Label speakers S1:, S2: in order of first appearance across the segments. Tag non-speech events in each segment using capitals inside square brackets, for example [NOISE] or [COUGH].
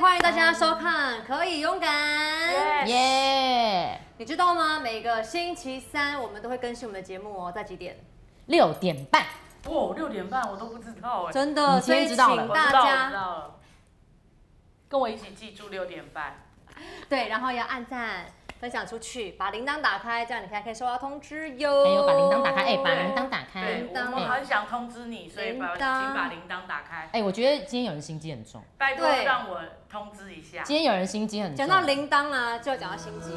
S1: 欢迎大家收看《可以勇敢》。
S2: 耶，
S1: 你知道吗？每个星期三我们都会更新我们的节目哦，在几点？
S2: 六点半，
S3: 哇，哦六点半我都不知道哎、
S1: 真的，
S2: 你
S1: 所
S2: 今
S1: 以
S2: 天
S1: 请
S2: 知道了
S3: 我
S1: 大
S3: 知道我知
S1: 家
S3: 道了，跟我一起记住六点半。
S1: 对，然后要按赞、分享出去，把铃铛打开，这样你才可以收到通知哟。
S2: 还有把铃铛打开，哎，把铃铛打
S3: 对
S2: 开
S1: 铃，铛
S3: 我们很想通知你，所以把
S1: 铃
S3: 请
S1: 铛
S3: 把铃铛打开，
S2: 哎，我觉得今天有人心机很重，
S3: 拜托
S1: 对
S3: 让我通知一下。
S2: 今天有人心机很重。
S1: 讲到，铃铛啊，就要讲到心机。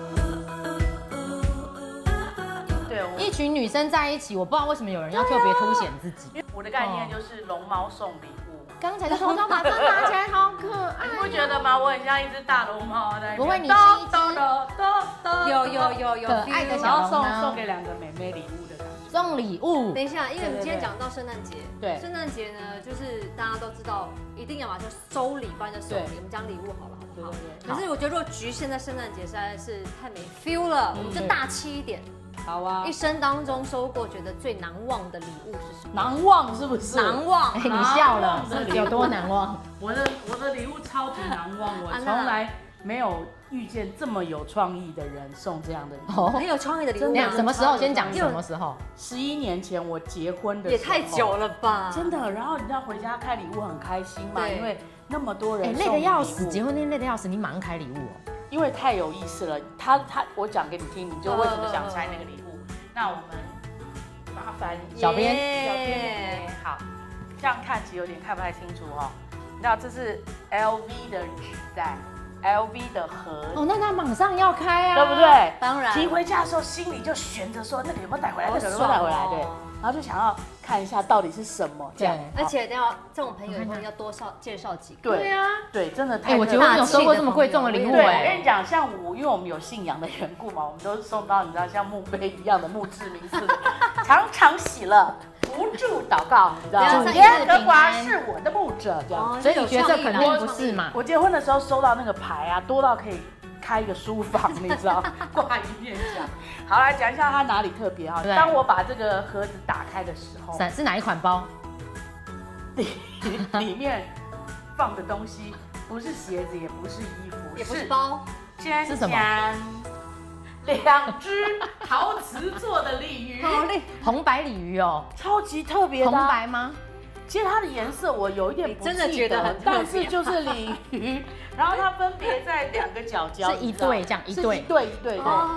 S3: 对，我
S2: 一群女生在一起，我不知道为什么有人要特别凸显自己。
S3: 因为我的概念就是龙猫送礼物，
S2: 刚才就说要把这拿起来，好可
S3: 你
S2: 爱。
S3: 不觉得吗？我很像一只大龙猫在那边。
S2: 不会你是
S3: 咚
S2: 一只
S3: 咚咚咚咚
S1: 有有有有
S2: 可爱的
S1: feel
S2: 小
S3: 然后
S2: 龙
S3: 送
S2: 猫
S3: 送给两个妹妹礼物的感觉。
S2: 送礼物
S1: 等，一下，因为我们
S2: 对对
S1: 今天
S2: 对
S1: 讲到圣诞节，
S2: 对
S1: 圣诞节呢，就是大家都知道，一定要嘛就收礼，不然就送礼。
S2: 对
S1: 我们讲礼物好了，好不好
S2: 对对？对
S1: 可是我觉得，如果局限在圣诞节实在是太没 feel 了，我们就大气一点。
S2: 嗯好啊
S1: 一，生当中收过觉得最难忘的礼物是什么？
S2: 难忘是不是？
S1: 难忘
S2: 哎，。你笑
S3: 难
S2: 了
S3: 忘的礼，物
S2: 有多难哦忘？
S3: 我的我的礼物超级难
S2: 啊
S3: 忘，我
S1: 安
S3: 从
S1: 娜
S3: 来没有遇见这么有创意的人送这样的礼物。
S2: 哦，
S1: 很有创意的礼
S2: 等
S1: 物
S2: 一下
S1: 吗？
S2: 什么时候？先讲
S1: 又
S2: 什么时候？
S3: 十一年前我结婚的
S1: 也
S3: 时候，
S1: 太久了
S2: 哦
S1: 吧？
S3: 真的。然后你知道回家开礼物很开心嘛，
S1: 对
S3: 因为那么多
S2: 哎，
S3: 人
S2: 累得要死，
S3: 送礼
S2: 结
S3: 物
S2: 婚那天累得要死，你马上开礼物哦。
S3: 因为太有意思了。他他我讲给你听，你就为什么想拆那个礼
S2: 嗯
S3: 物。那我们麻烦
S2: 小编
S1: 耶
S3: 小编妹妹好，这样看其实有点看不太清楚哦。你知道这是 LV 的纸袋，LV 的盒，
S2: 哦，那他马上要开啊，
S3: 对不？对？
S1: 当然。
S3: 提回家的时候，心里就悬着说那个有没有带回来，那
S1: 好
S3: 个有没有
S1: 爽
S3: 带回来，对
S1: 哦。
S3: 然后就想要看一下到底是什么，这样
S2: 对。
S1: 而
S3: 好
S1: 且要这种朋友以后要多绍介绍几个。
S3: 对
S2: 啊。
S3: 对，真的太
S2: 哎，
S3: 热
S2: 我
S3: 闹。
S2: 觉得我有收过这么贵重的礼物
S3: 对，我
S2: 哎
S3: 跟。你讲，像我，因为我们有信仰的缘故嘛，我们都送到你知道像墓碑一样的墓志铭似的， [LAUGHS] 常常喜乐，不住祷告，你知道
S1: 不要
S3: 吗？
S1: 再
S3: 耶和华是我的牧者，这样。
S1: 哦
S2: 所以你觉得这肯定不是？嘛？
S3: 我结婚的时候收到那个牌啊，多到可以开一个书房，你知道，挂一面墙。好，来讲一下它哪里特别哈。啊
S2: 对
S3: 当我把这个盒子打开的时候，
S2: 伞是哪一款包？
S3: 里 [LAUGHS] 里面放的东西不是鞋子，也不是衣服，
S1: 有创意啦也不是包，
S3: 尖
S2: 是什么
S3: 两只陶瓷做的鲤
S2: [LAUGHS]
S3: 鱼，
S1: 好嘞，
S2: 红白鲤鱼哦，
S3: 超级特哦别
S2: 红
S3: 的啊、
S2: 白吗？
S3: 其实它的颜色我有一点不
S1: 你真的
S3: 记
S1: 觉得很特别
S3: 但是就是鲤
S1: [LAUGHS]
S3: 鱼，然后它分别在两个角角，
S2: 是一
S3: 你知道
S2: 对这样一对
S3: 是一对一对对。
S1: 哦，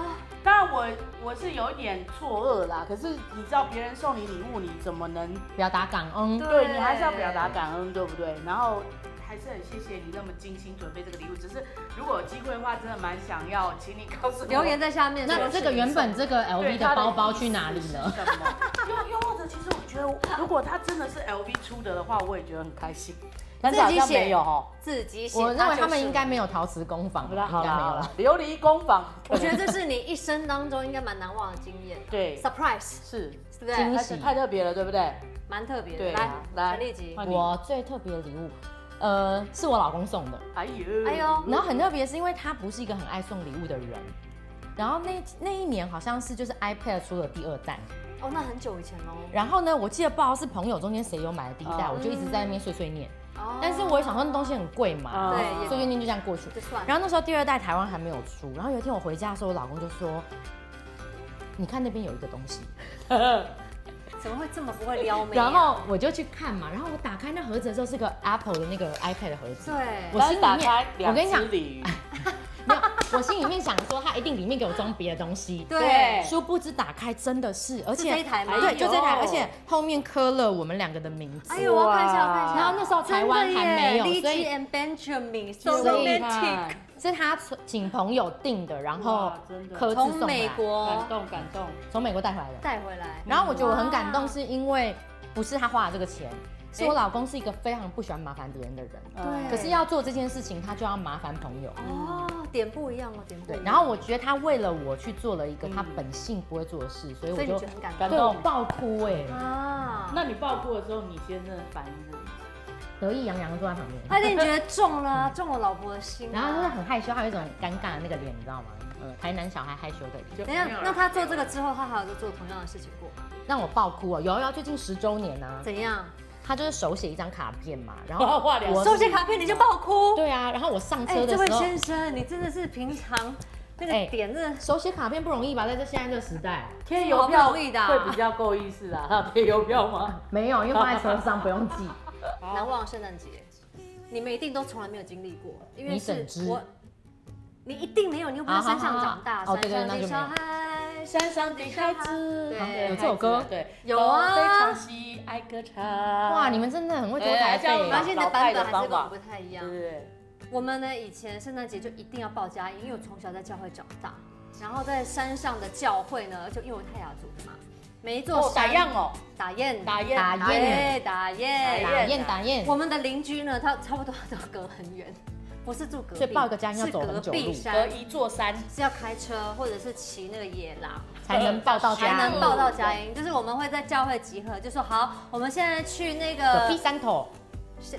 S3: 当然我我是有一点错愕啦，可是你知道别人送你礼物，你怎么能
S2: 表达感恩，
S1: 对
S3: 对你还是要表达感恩，对不对？然后还是很谢谢你那么精心准备这个礼物，只是如果有机会的话，真的蛮想要，请你告诉我
S1: 留言在下面说是
S2: 那
S1: 你送。
S2: 这个原本这个 LV 的包包去哪里
S3: [LAUGHS]
S2: 了？？
S3: 又又或者，其实我觉得，如果它真的是 LV 出的的话，我也觉得很开心。但是好像没有哦，
S1: 自己写，
S2: 我认为
S1: 它就是
S2: 他们应该没有陶瓷工坊，
S3: 好
S2: 应
S3: 啦
S2: 该
S3: 好
S2: 没
S3: 啦
S2: 有
S3: 好
S2: 了
S3: 啦。，琉璃工 [LAUGHS] 坊，
S1: 我觉得这是你一生当中应该蛮难忘的经验。
S3: 对
S1: Surprise，
S3: 是，
S1: 对不对
S2: 惊？
S3: 但是太特别了，对不对？
S1: 蛮特别的。
S3: 对
S1: 来
S3: 啊，来
S1: 陈立吉，
S3: 换你
S2: 我最特别的礼物，呃，是我老公送的。
S3: 哎呦
S1: 哎呦
S2: 然后很特别，是因为他不是一个很爱送礼物的人。然后那那一年好像是就是 iPad 出了第二代，
S1: 哦，那很久以前哦。
S2: 然后呢，我记得不知道是朋友中间谁有买了第一代，
S3: 哦
S2: 我就一直在那边碎碎念。
S1: 哦
S2: 但是我也想说那东西很贵嘛，
S3: 哦
S1: 对，也
S2: 碎碎念就这样过去。
S1: 就算了。
S2: 然后那时候第二代台湾还没有出，然后有一天我回家的时候，我老公就说：“你看那边有一个东西。
S1: 怎么会这么不会撩”妹啊？
S2: 然后我就去看嘛，然后我打开那盒子的时候是个 Apple 的那个 iPad 的盒子，
S1: 对
S2: 我，
S3: 但
S2: 心
S3: 是
S2: 里
S3: 打
S2: 面
S3: 开
S2: 我
S3: 两
S2: 跟你
S3: 只
S2: 讲
S3: [LAUGHS] 鲤鱼，
S2: 没有，我心里面想说它一定里面给我装别的东西。
S1: 对
S2: 殊不知打开真的是，而且
S1: 这一台吗
S2: 对，就这台
S3: 哎，呦
S2: 而且后面刻了我们两个的名字。
S1: 哎呦，我要看一下，我要看一下。
S2: 然后那时候台湾还没有
S1: 真的
S2: 所以
S1: 耶 Ligi and Benjamin
S2: 所
S1: so
S2: 以
S1: romantic，
S2: 是他请朋友订的，然后
S3: 哇真的
S2: 刻字送
S1: 从
S2: 来
S1: 美国
S3: 感动感动。
S2: 从美国带回来的。
S1: 带回来。
S2: 然后我觉得我很感动，
S1: 哇
S2: 是因为不是他花了这个钱，是
S1: 哎
S2: 我老公是一个非常不喜欢麻烦别人的人，
S1: 对
S2: 可是要做这件事情，他就要麻烦朋友。
S1: 哦，点不一样哦，点不一
S2: 对
S1: 样。，
S2: 然后我觉得他为了我去做了一个
S3: 嗯
S2: 他本性不会做的事，所以
S1: 嗯所
S2: 我
S1: 以你
S2: 就
S1: 觉得很感
S3: 感
S1: 动
S2: 对我爆哭哎、
S1: 啊？
S3: 那你爆哭的时候，你先生的反应是什么？
S2: 得意洋洋地坐在旁边。
S1: 他一定觉得中了啊，中了老婆的心啊。
S2: [LAUGHS] 然后就是很害羞，还有一种很尴尬的那个脸，你知道吗？
S1: 嗯
S2: 呃，台南小孩害羞的脸，
S3: 就
S1: 等一下
S3: 没有，人
S1: 那他做这个之后，他还有做同样的事情过，
S2: 让我爆哭哦。有要最近十周年啊，
S1: 怎样？
S2: 他就是手写一张卡片嘛，然
S1: 哦
S2: 后
S3: 画两
S2: 我
S1: 收写卡片你就爆哭。
S2: 对啊，然后我上
S1: 哎、
S2: 车的
S1: 这位
S2: 时候，
S1: 先生，你真的是平常那
S2: 哎
S1: 个点真的
S2: 手写卡片不容易吧？在这现在这个时代，
S3: 贴
S1: 好
S3: 邮
S1: 不
S3: 票
S1: 容易的啊
S3: 会比较够意思啊，还有贴邮票吗？
S2: 没有，因为放在车上不用寄。
S1: 难忘圣诞节，你们一定都从来没有经历过，因为
S2: 你整
S1: 是
S2: 只
S1: 我，你一定没有，你又不是山上长大，
S2: 好好好好哦对
S1: 山上
S2: 对
S1: 的
S2: 那就没有
S1: 小孩，
S3: 山上的孩子，
S1: 对
S3: 好
S1: 有
S2: 这首歌
S3: 对，
S1: 有啊
S3: 都非常喜爱歌唱。
S2: [LAUGHS] 哇，
S3: 哇
S2: 你们真的很会
S3: 哎
S2: 多台
S3: 这样
S2: 费
S1: 发
S3: 吧
S1: 现你
S3: 老
S1: 的版
S3: 派的
S1: 本还是跟我们
S3: 方法
S1: 不太一样。
S3: 对，
S1: 我们呢，以前圣诞节就一定要报佳音，因为我从小在教会长大，然后在山上的教会呢，就因为我泰雅族的嘛，每一座
S3: 哦，打
S1: 山、
S3: 样哦，
S1: 打雁
S3: 打雁，
S2: 打雁
S1: 哎打雁
S3: 打
S2: 打
S3: 雁
S2: 雁打雁，
S1: 我们的邻居呢，他差不多都隔很远， [LAUGHS] 不是住隔壁，
S2: 所以报个佳音要
S1: 是
S2: 走很
S1: 隔
S2: 久
S1: 壁
S2: 路
S3: 隔
S1: 山，
S3: 一座山，
S1: 是要开车或者是骑那个野狼。
S2: 才能报到
S1: 才
S2: 家。哦
S1: 能报到佳音，就是我们会在教会集合，就说好，我们现在去那
S2: 隔壁
S1: 个
S2: 山头，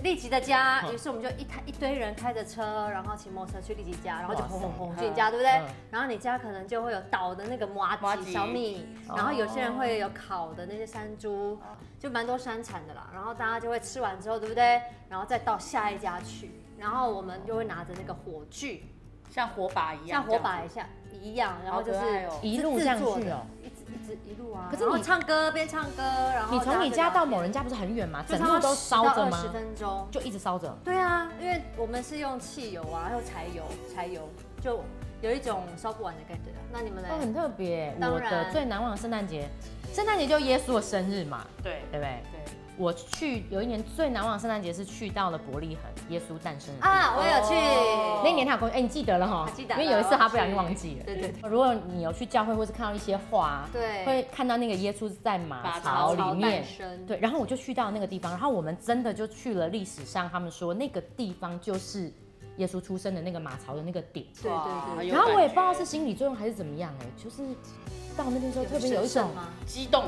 S1: 立吉的家。
S2: 嗯
S1: 于是我们就一台一堆人开着车，然后骑摩托车去立吉家，然后就
S2: 哇塞
S1: 轰轰轰
S3: 嗯
S1: 去你家，对不对
S2: 嗯？
S1: 然后你家可能就会有倒的那个麻
S3: 麻
S1: 吉
S3: 吉
S1: 小米，然后有些人会有烤的那些山猪，
S3: 哦
S1: 就蛮多山产的啦。然后大家就会吃完之后，对不对？然后再到下一家去，然后我们就会拿着那个火炬，
S3: 像火把一
S1: 像
S3: 样，
S1: 火把一下一样，然后就
S3: 好可爱
S1: 是
S3: 哦
S2: 一路这样去哦
S1: 自作的一直一直一路啊。
S2: 可是
S1: 然后
S2: 你
S1: 唱歌边唱歌，然后
S2: 你从你家到某
S1: 人
S2: 人家不是很远吗？整路都烧着吗
S1: 十？分钟。
S2: 就一直烧着。
S1: 对啊，因为我们是用汽油啊，还有柴油，柴油就有一种烧不完的感觉。啊那你们呢
S2: 哦，？很特别。
S1: 当
S2: 我
S1: 然
S2: 的最难忘的圣诞节，圣诞节就耶稣的生日嘛，
S3: 这样，
S2: 对不对？
S3: 对对。
S2: 我去有一年最难忘的圣诞节是去到了伯利恒，耶稣诞生的地方
S1: 啊，我有
S3: 哦
S1: 去。
S2: 那一年他有公，哎、你记得了哈
S1: 啊？记得
S2: 因为有一次他不小心忘记了。
S1: 对对对
S2: 如果你有去教会或是看到一些啊画，
S1: 对
S2: 会看到那个耶稣在马
S3: 马
S2: 槽
S3: 槽
S2: 里面
S1: 诞。生
S2: 对，然后我就去到那个地方，然后我们真的就去了历史上他们说那个地方就是耶稣出生的那个马槽的那个点。
S1: 对
S3: 哇
S1: 对对，
S3: 有
S2: 然后我
S3: 感
S2: 也
S3: 觉
S2: 不知道是心理作用还是怎么样、哎，就是到那边之后特别有一
S1: 神
S2: 种
S1: 圣吗？
S3: 激动，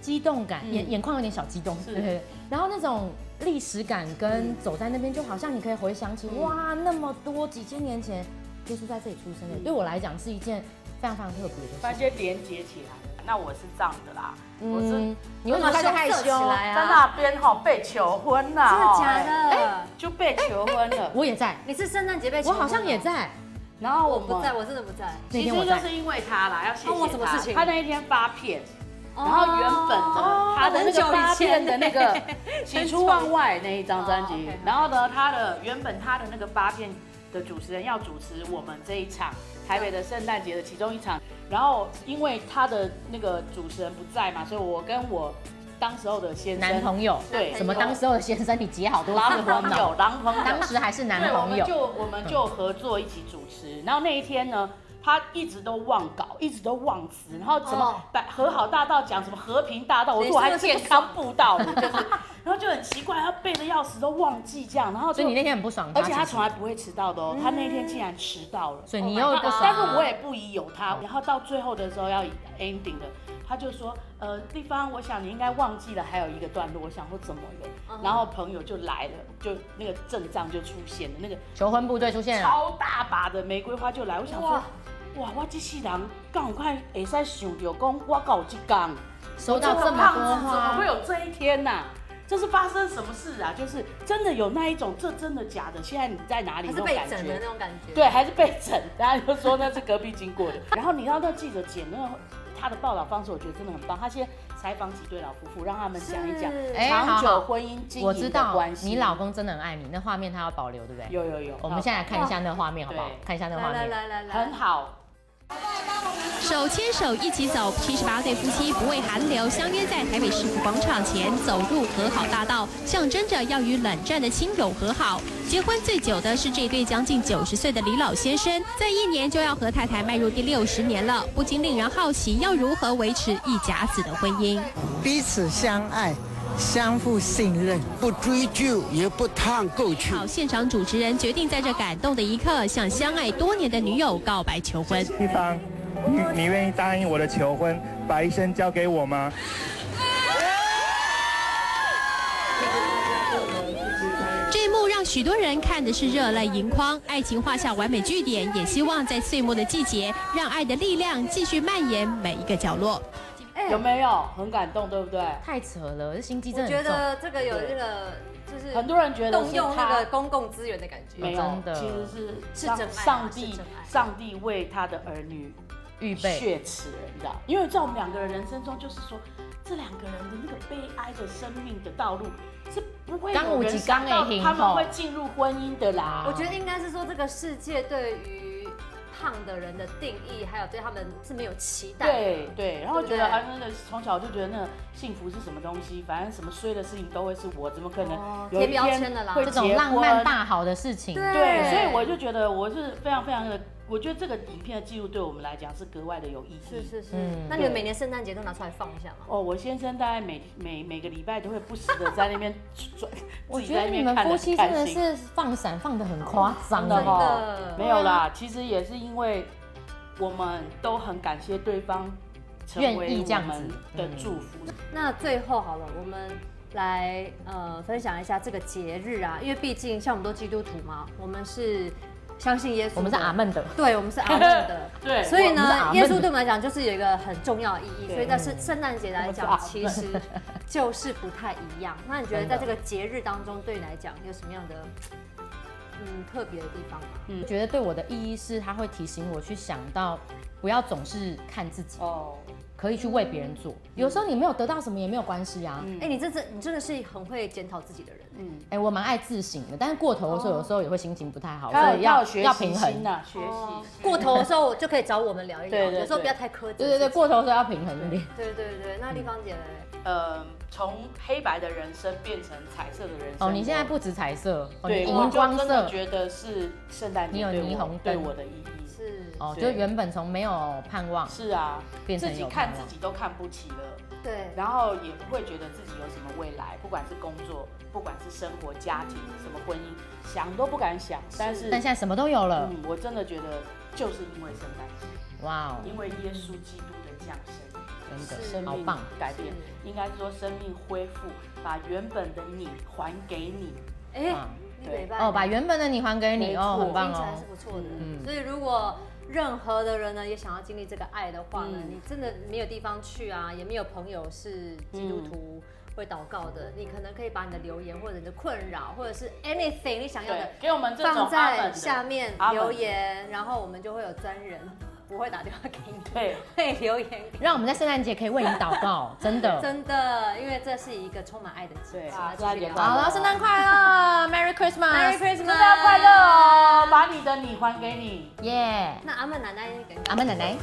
S2: 激动感，
S3: 嗯
S2: 眼眼眶有点小激动，
S3: 是
S2: 对。然后那种历史感跟走在那边，就好像你可以回想起，
S3: 嗯
S2: 哇，那么多几千年前耶稣在这里出生的，
S3: 嗯
S2: 对我来讲是一件非常非常特别的
S3: 发
S2: 事。
S3: 现连接起来了。那我是这样的啦，我是
S2: 嗯，你为什么开始害
S1: 羞涩起
S2: 羞？
S1: 来
S3: 在
S1: 啊
S3: 那边哈被求婚啦，
S1: 真的
S3: 哈
S1: 假？
S3: 哎
S1: 的？哎
S3: 就被求婚了。
S2: 我也在，
S1: 你是圣诞节被求
S2: 我
S1: 婚吗哦
S2: 好像也，在，
S3: 然后
S1: 我
S3: 我们
S1: 不在，我真的不在。
S2: 那
S3: 其
S2: 天
S3: 实
S2: 我
S3: 就
S2: 在
S3: 是因为他啦，要谢
S1: 关我什
S3: 谢
S1: 么
S3: 他
S1: 事。情
S3: 他那一天发片，然后原本
S1: 哦
S3: 呢，他的那
S1: 很
S3: 个
S1: 久
S3: 发
S1: 以
S3: 片
S1: 前 [LAUGHS]
S3: 的那个喜出望外那一张专
S1: 哦
S3: 辑
S1: ，OK，OK，
S3: 然后呢，他的原本他的那个发片的主持人要主持我们这一场台北的圣诞节的其中一场，然后因为他的那个主持人不在嘛，所以我跟我当时候的先生
S2: 男朋友，
S3: 对
S2: 什么当时候的先生，你结 [LAUGHS] 好多次
S3: 男
S2: 婚
S3: 朋
S2: 了，
S3: 友男
S2: [LAUGHS]
S3: 朋友
S2: 当时还是男
S3: 对，我
S2: 朋
S3: 们
S2: 友，嗯
S3: 就我们就合作一起主持。然后那一天呢，他一直都忘稿，一直都忘词，然后什
S1: 哦
S3: 么百和好大道讲什么和平大道，我
S1: 你
S3: 说我还
S1: 是不是
S3: 健康步道呢，就是，然后就很奇怪，他背的要死都忘记这样，然后就
S2: 所以你那天很不爽，
S3: 而且他从
S2: 从，
S3: 来不会迟到的哦，他那天竟然迟到了。
S2: 所以你
S1: Oh
S2: 又
S1: my
S2: 不
S1: god
S3: 哦
S2: 爽，
S3: 但是我也不疑有他。然后到最后的时候要 ending 了，他就说，呃，地方，我想你应该忘记了还有一个段落。我想说怎么了
S1: 嗯？
S3: 然后朋友就来了，就那个阵仗就出现了，那个
S2: 求婚部队出现了，
S3: 超大把的玫瑰花就来，我想说
S1: 哇，
S3: 哇，我这世人敢有快会使想到讲，我搞这工，
S2: 收到这么
S3: 胖
S2: 多
S3: 子怎么
S2: 花
S3: 会。有这一天呐、这是发生什么事啊？就是真的有那一种，这真的假的？现在你在哪里？
S1: 还
S3: 那
S1: 是
S3: 种
S1: 被
S3: 感
S1: 整的
S3: 觉
S1: 那。种感觉。
S3: 对，还是被整，大 [LAUGHS] 家就说那是隔壁经过的。然后你让那记者剪那个他的报道方式，我觉得真的很棒。他现在采访几对老夫妇，让他们讲一讲
S1: 是
S2: 哎
S3: 长
S2: 好好
S3: 久婚姻经
S2: 我知
S3: 营的
S2: 道
S3: 关系。
S2: 你老公真的很爱你，那画面他要保留，对不对？
S3: 有有有，
S2: 我们现在来看一下那个画面，好不好
S3: 对？
S2: 看一下那个画
S1: 来来
S2: 面。
S1: 来来来，
S3: 很好，
S4: 手牵手一起走，七十八对夫妻不畏寒流，相约在台北市府广场前走入和好大道，象征着要与冷战的亲友和好。结婚最久的是这对将近九十岁的李老先生，在一年就要和太太迈入第六十年了，不禁令人好奇，要如何维持一甲子的婚姻。
S5: 彼此相爱，相互信任。
S6: 不追究，也不探过去。
S4: 好，现场主持人决定在这感动的一刻，向相爱多年的女友告白求婚。
S7: 一方，你你愿意答应我的求婚，把一生交给我吗？
S4: 这一幕让许多人看的是热泪盈眶，爱情画下完美句点，也希望在岁末的季节，让爱的力量继续蔓延每一个角落。
S1: 哎、
S3: 有没有很感动，对不对？
S2: 太扯了，这心机
S1: 我
S2: 真的
S1: 觉
S2: 很重。
S1: 得这个有那个就是
S3: 很多人觉得
S1: 动
S3: 是
S1: 用那
S3: 他
S1: 个公共资源的感觉，
S3: 没有
S2: 真，的
S3: 其实是
S1: 是
S3: 上
S1: 真爱啊
S3: 上
S1: 是
S3: 帝
S1: 真爱
S3: 上帝为他的儿女
S2: 预备，
S3: 血耻，你知道？因为在我们两个人人生中，就是说这两个人的那个悲哀的生命的道路是不会
S2: 刚
S3: 有
S2: 有
S3: 人
S2: 一
S3: 想
S2: 刚
S3: 到
S2: 的幸
S3: 他们
S2: 福
S3: 会进入婚姻的啦。
S1: 我觉得应该是说这个世界对于胖的人的定义，还有对他们是没有期待的。
S3: 对对，然
S1: 对
S3: 后
S1: 不
S3: 觉得
S1: 对
S3: 啊，真的从小就觉得那幸福是什么东西，反正什么衰的事情都会是我，怎么可能
S1: 哦
S3: 有一
S1: 贴标
S3: 天
S1: 签的啦
S3: 会
S2: 这
S3: 结
S2: 种浪
S3: 婚
S2: 漫大好的事情，
S1: 对
S3: 对，所以我就觉得我是非常非常的，我觉得这个影片的记录对我们来讲是格外的有意义。
S1: 是是是。
S2: 嗯
S1: 那你们每年圣诞节都拿出来放一下吗？
S3: 哦，我先生大概每每每个礼拜都会不时的在那边转，
S2: [LAUGHS] 我
S3: 自己
S2: 觉
S3: 在
S2: 得
S3: 那
S2: 你
S3: 边
S2: 们
S3: 看得
S2: 夫
S3: 很
S2: 妻真
S3: 开
S2: 的
S3: 心
S2: 是放闪放的很夸
S3: 真
S2: 张
S3: 的
S2: 哦。
S3: 哦
S1: 真的
S3: 没有啦，其实也是因为我们都很感谢对方成为
S2: 愿意这
S3: 我
S2: 样子
S3: 们的
S2: 嗯
S3: 祝福。
S1: 那最后好了，我们来呃分享一下这个节日啊，因为毕竟像我们都基督徒嘛，我们是相信耶稣，
S2: 我们是阿，曼的，
S1: 对，我们是阿门
S2: [LAUGHS]
S1: 的。
S3: 对，
S1: 所以
S2: 我们是
S1: 呢
S2: 阿，门
S1: 耶稣对我们来讲就是有一个很重要的意义，
S3: 对
S1: 所以在圣圣诞节来
S3: 我
S1: 讲，
S3: 们是
S1: 其实就是不太一样。那你觉得
S2: 真
S1: 在这
S2: 的
S1: 个节日当中，对你来讲有什么样的嗯特别的地方吗？
S2: 我觉得对我的意义是，它会提醒我去想到，不要总是看自己，
S3: 哦，嗯
S2: 可以去为别人做。有时候你没有得到什么也没有关系啊。
S1: 哎、你这次你真的是很会检讨自己的人。
S3: 嗯，
S2: 哎、我蛮爱自省的，但是过头的时候，有时候也会心情不太好，
S3: 要
S2: 所以要
S3: 哦要学
S2: 要
S3: 习
S2: 平
S3: 心啊
S2: 衡。哦
S3: 呐，学习心。
S1: 哦过头的时候，我就可以找我们聊一聊，
S3: 对对对
S1: 有时候不要太苛责。
S2: 对对对，过头的时候要平衡一点。
S1: 对对对，那立芳姐嘞，
S3: 呃，从黑白的人生变成彩色的人生。
S2: 哦，你现在
S3: 我
S2: 不止彩色，哦，你
S3: 对，我
S2: 荧光
S3: 就真的
S2: 色，
S3: 觉得是圣诞
S2: 你
S3: 节
S2: 有
S3: 对
S2: 霓
S3: 我
S2: 虹
S3: 对
S2: 灯
S3: 我的意义。
S1: 是
S2: 哦，
S3: 对
S2: 就原本从没有盼望，
S3: 是啊，
S2: 变成
S3: 自己
S2: 有
S3: 看
S2: 盼
S3: 自
S2: 望
S3: 己都看不起了，
S1: 对，
S3: 然后也不会觉得自己有什么未来，不管是工作，不管是生活、家庭，什么婚姻，想都不敢想。但是，
S2: 但现在呃什么都有了，
S3: 嗯，我真的觉得就是因为圣诞节，
S2: 哇哦，
S3: 因为耶稣基督的降生。
S2: 真
S3: 生
S2: 的好
S3: 命
S2: 棒，
S3: 改变，应该是说生命恢复，把原本的你还给你。
S1: 哎、
S2: 棒
S1: 你
S3: 对
S1: 北拜
S2: 哦，把原本的你还给
S3: 没
S2: 你
S3: 错
S2: 哦，很棒
S1: 听起来
S2: 哦
S1: 是。不错的。
S2: 嗯
S1: 所以如果任何的人呢，也想要经历这个爱的话呢，
S3: 嗯
S1: 你真的没有地方去啊，也没有朋友是基督徒。会祷告的，你可能可以把你的留言，或者你的困扰，或者是 anything 你想要的
S3: 对，，给我们这
S1: 放
S3: 种阿本
S1: 在
S3: 的
S1: 下面
S3: 阿本的
S1: 留言，然后我们就会有专人不会打电话给你，
S3: 对，
S1: 会留言给你。
S2: 让我们在圣诞节可以为你祷告，真的。
S1: 真的，因为这是一个充满爱的节
S3: 对
S1: 日，
S3: 啊
S1: 大家继续
S3: 圣诞节
S1: 聊
S3: 快乐
S2: 好了，圣诞快乐
S1: Merry
S2: ，Merry Christmas，
S1: Christmas，
S3: 圣诞快乐哦！把你的你还给你。
S2: 耶！
S1: 那阿曼奶奶给你
S2: 阿。妹奶奶。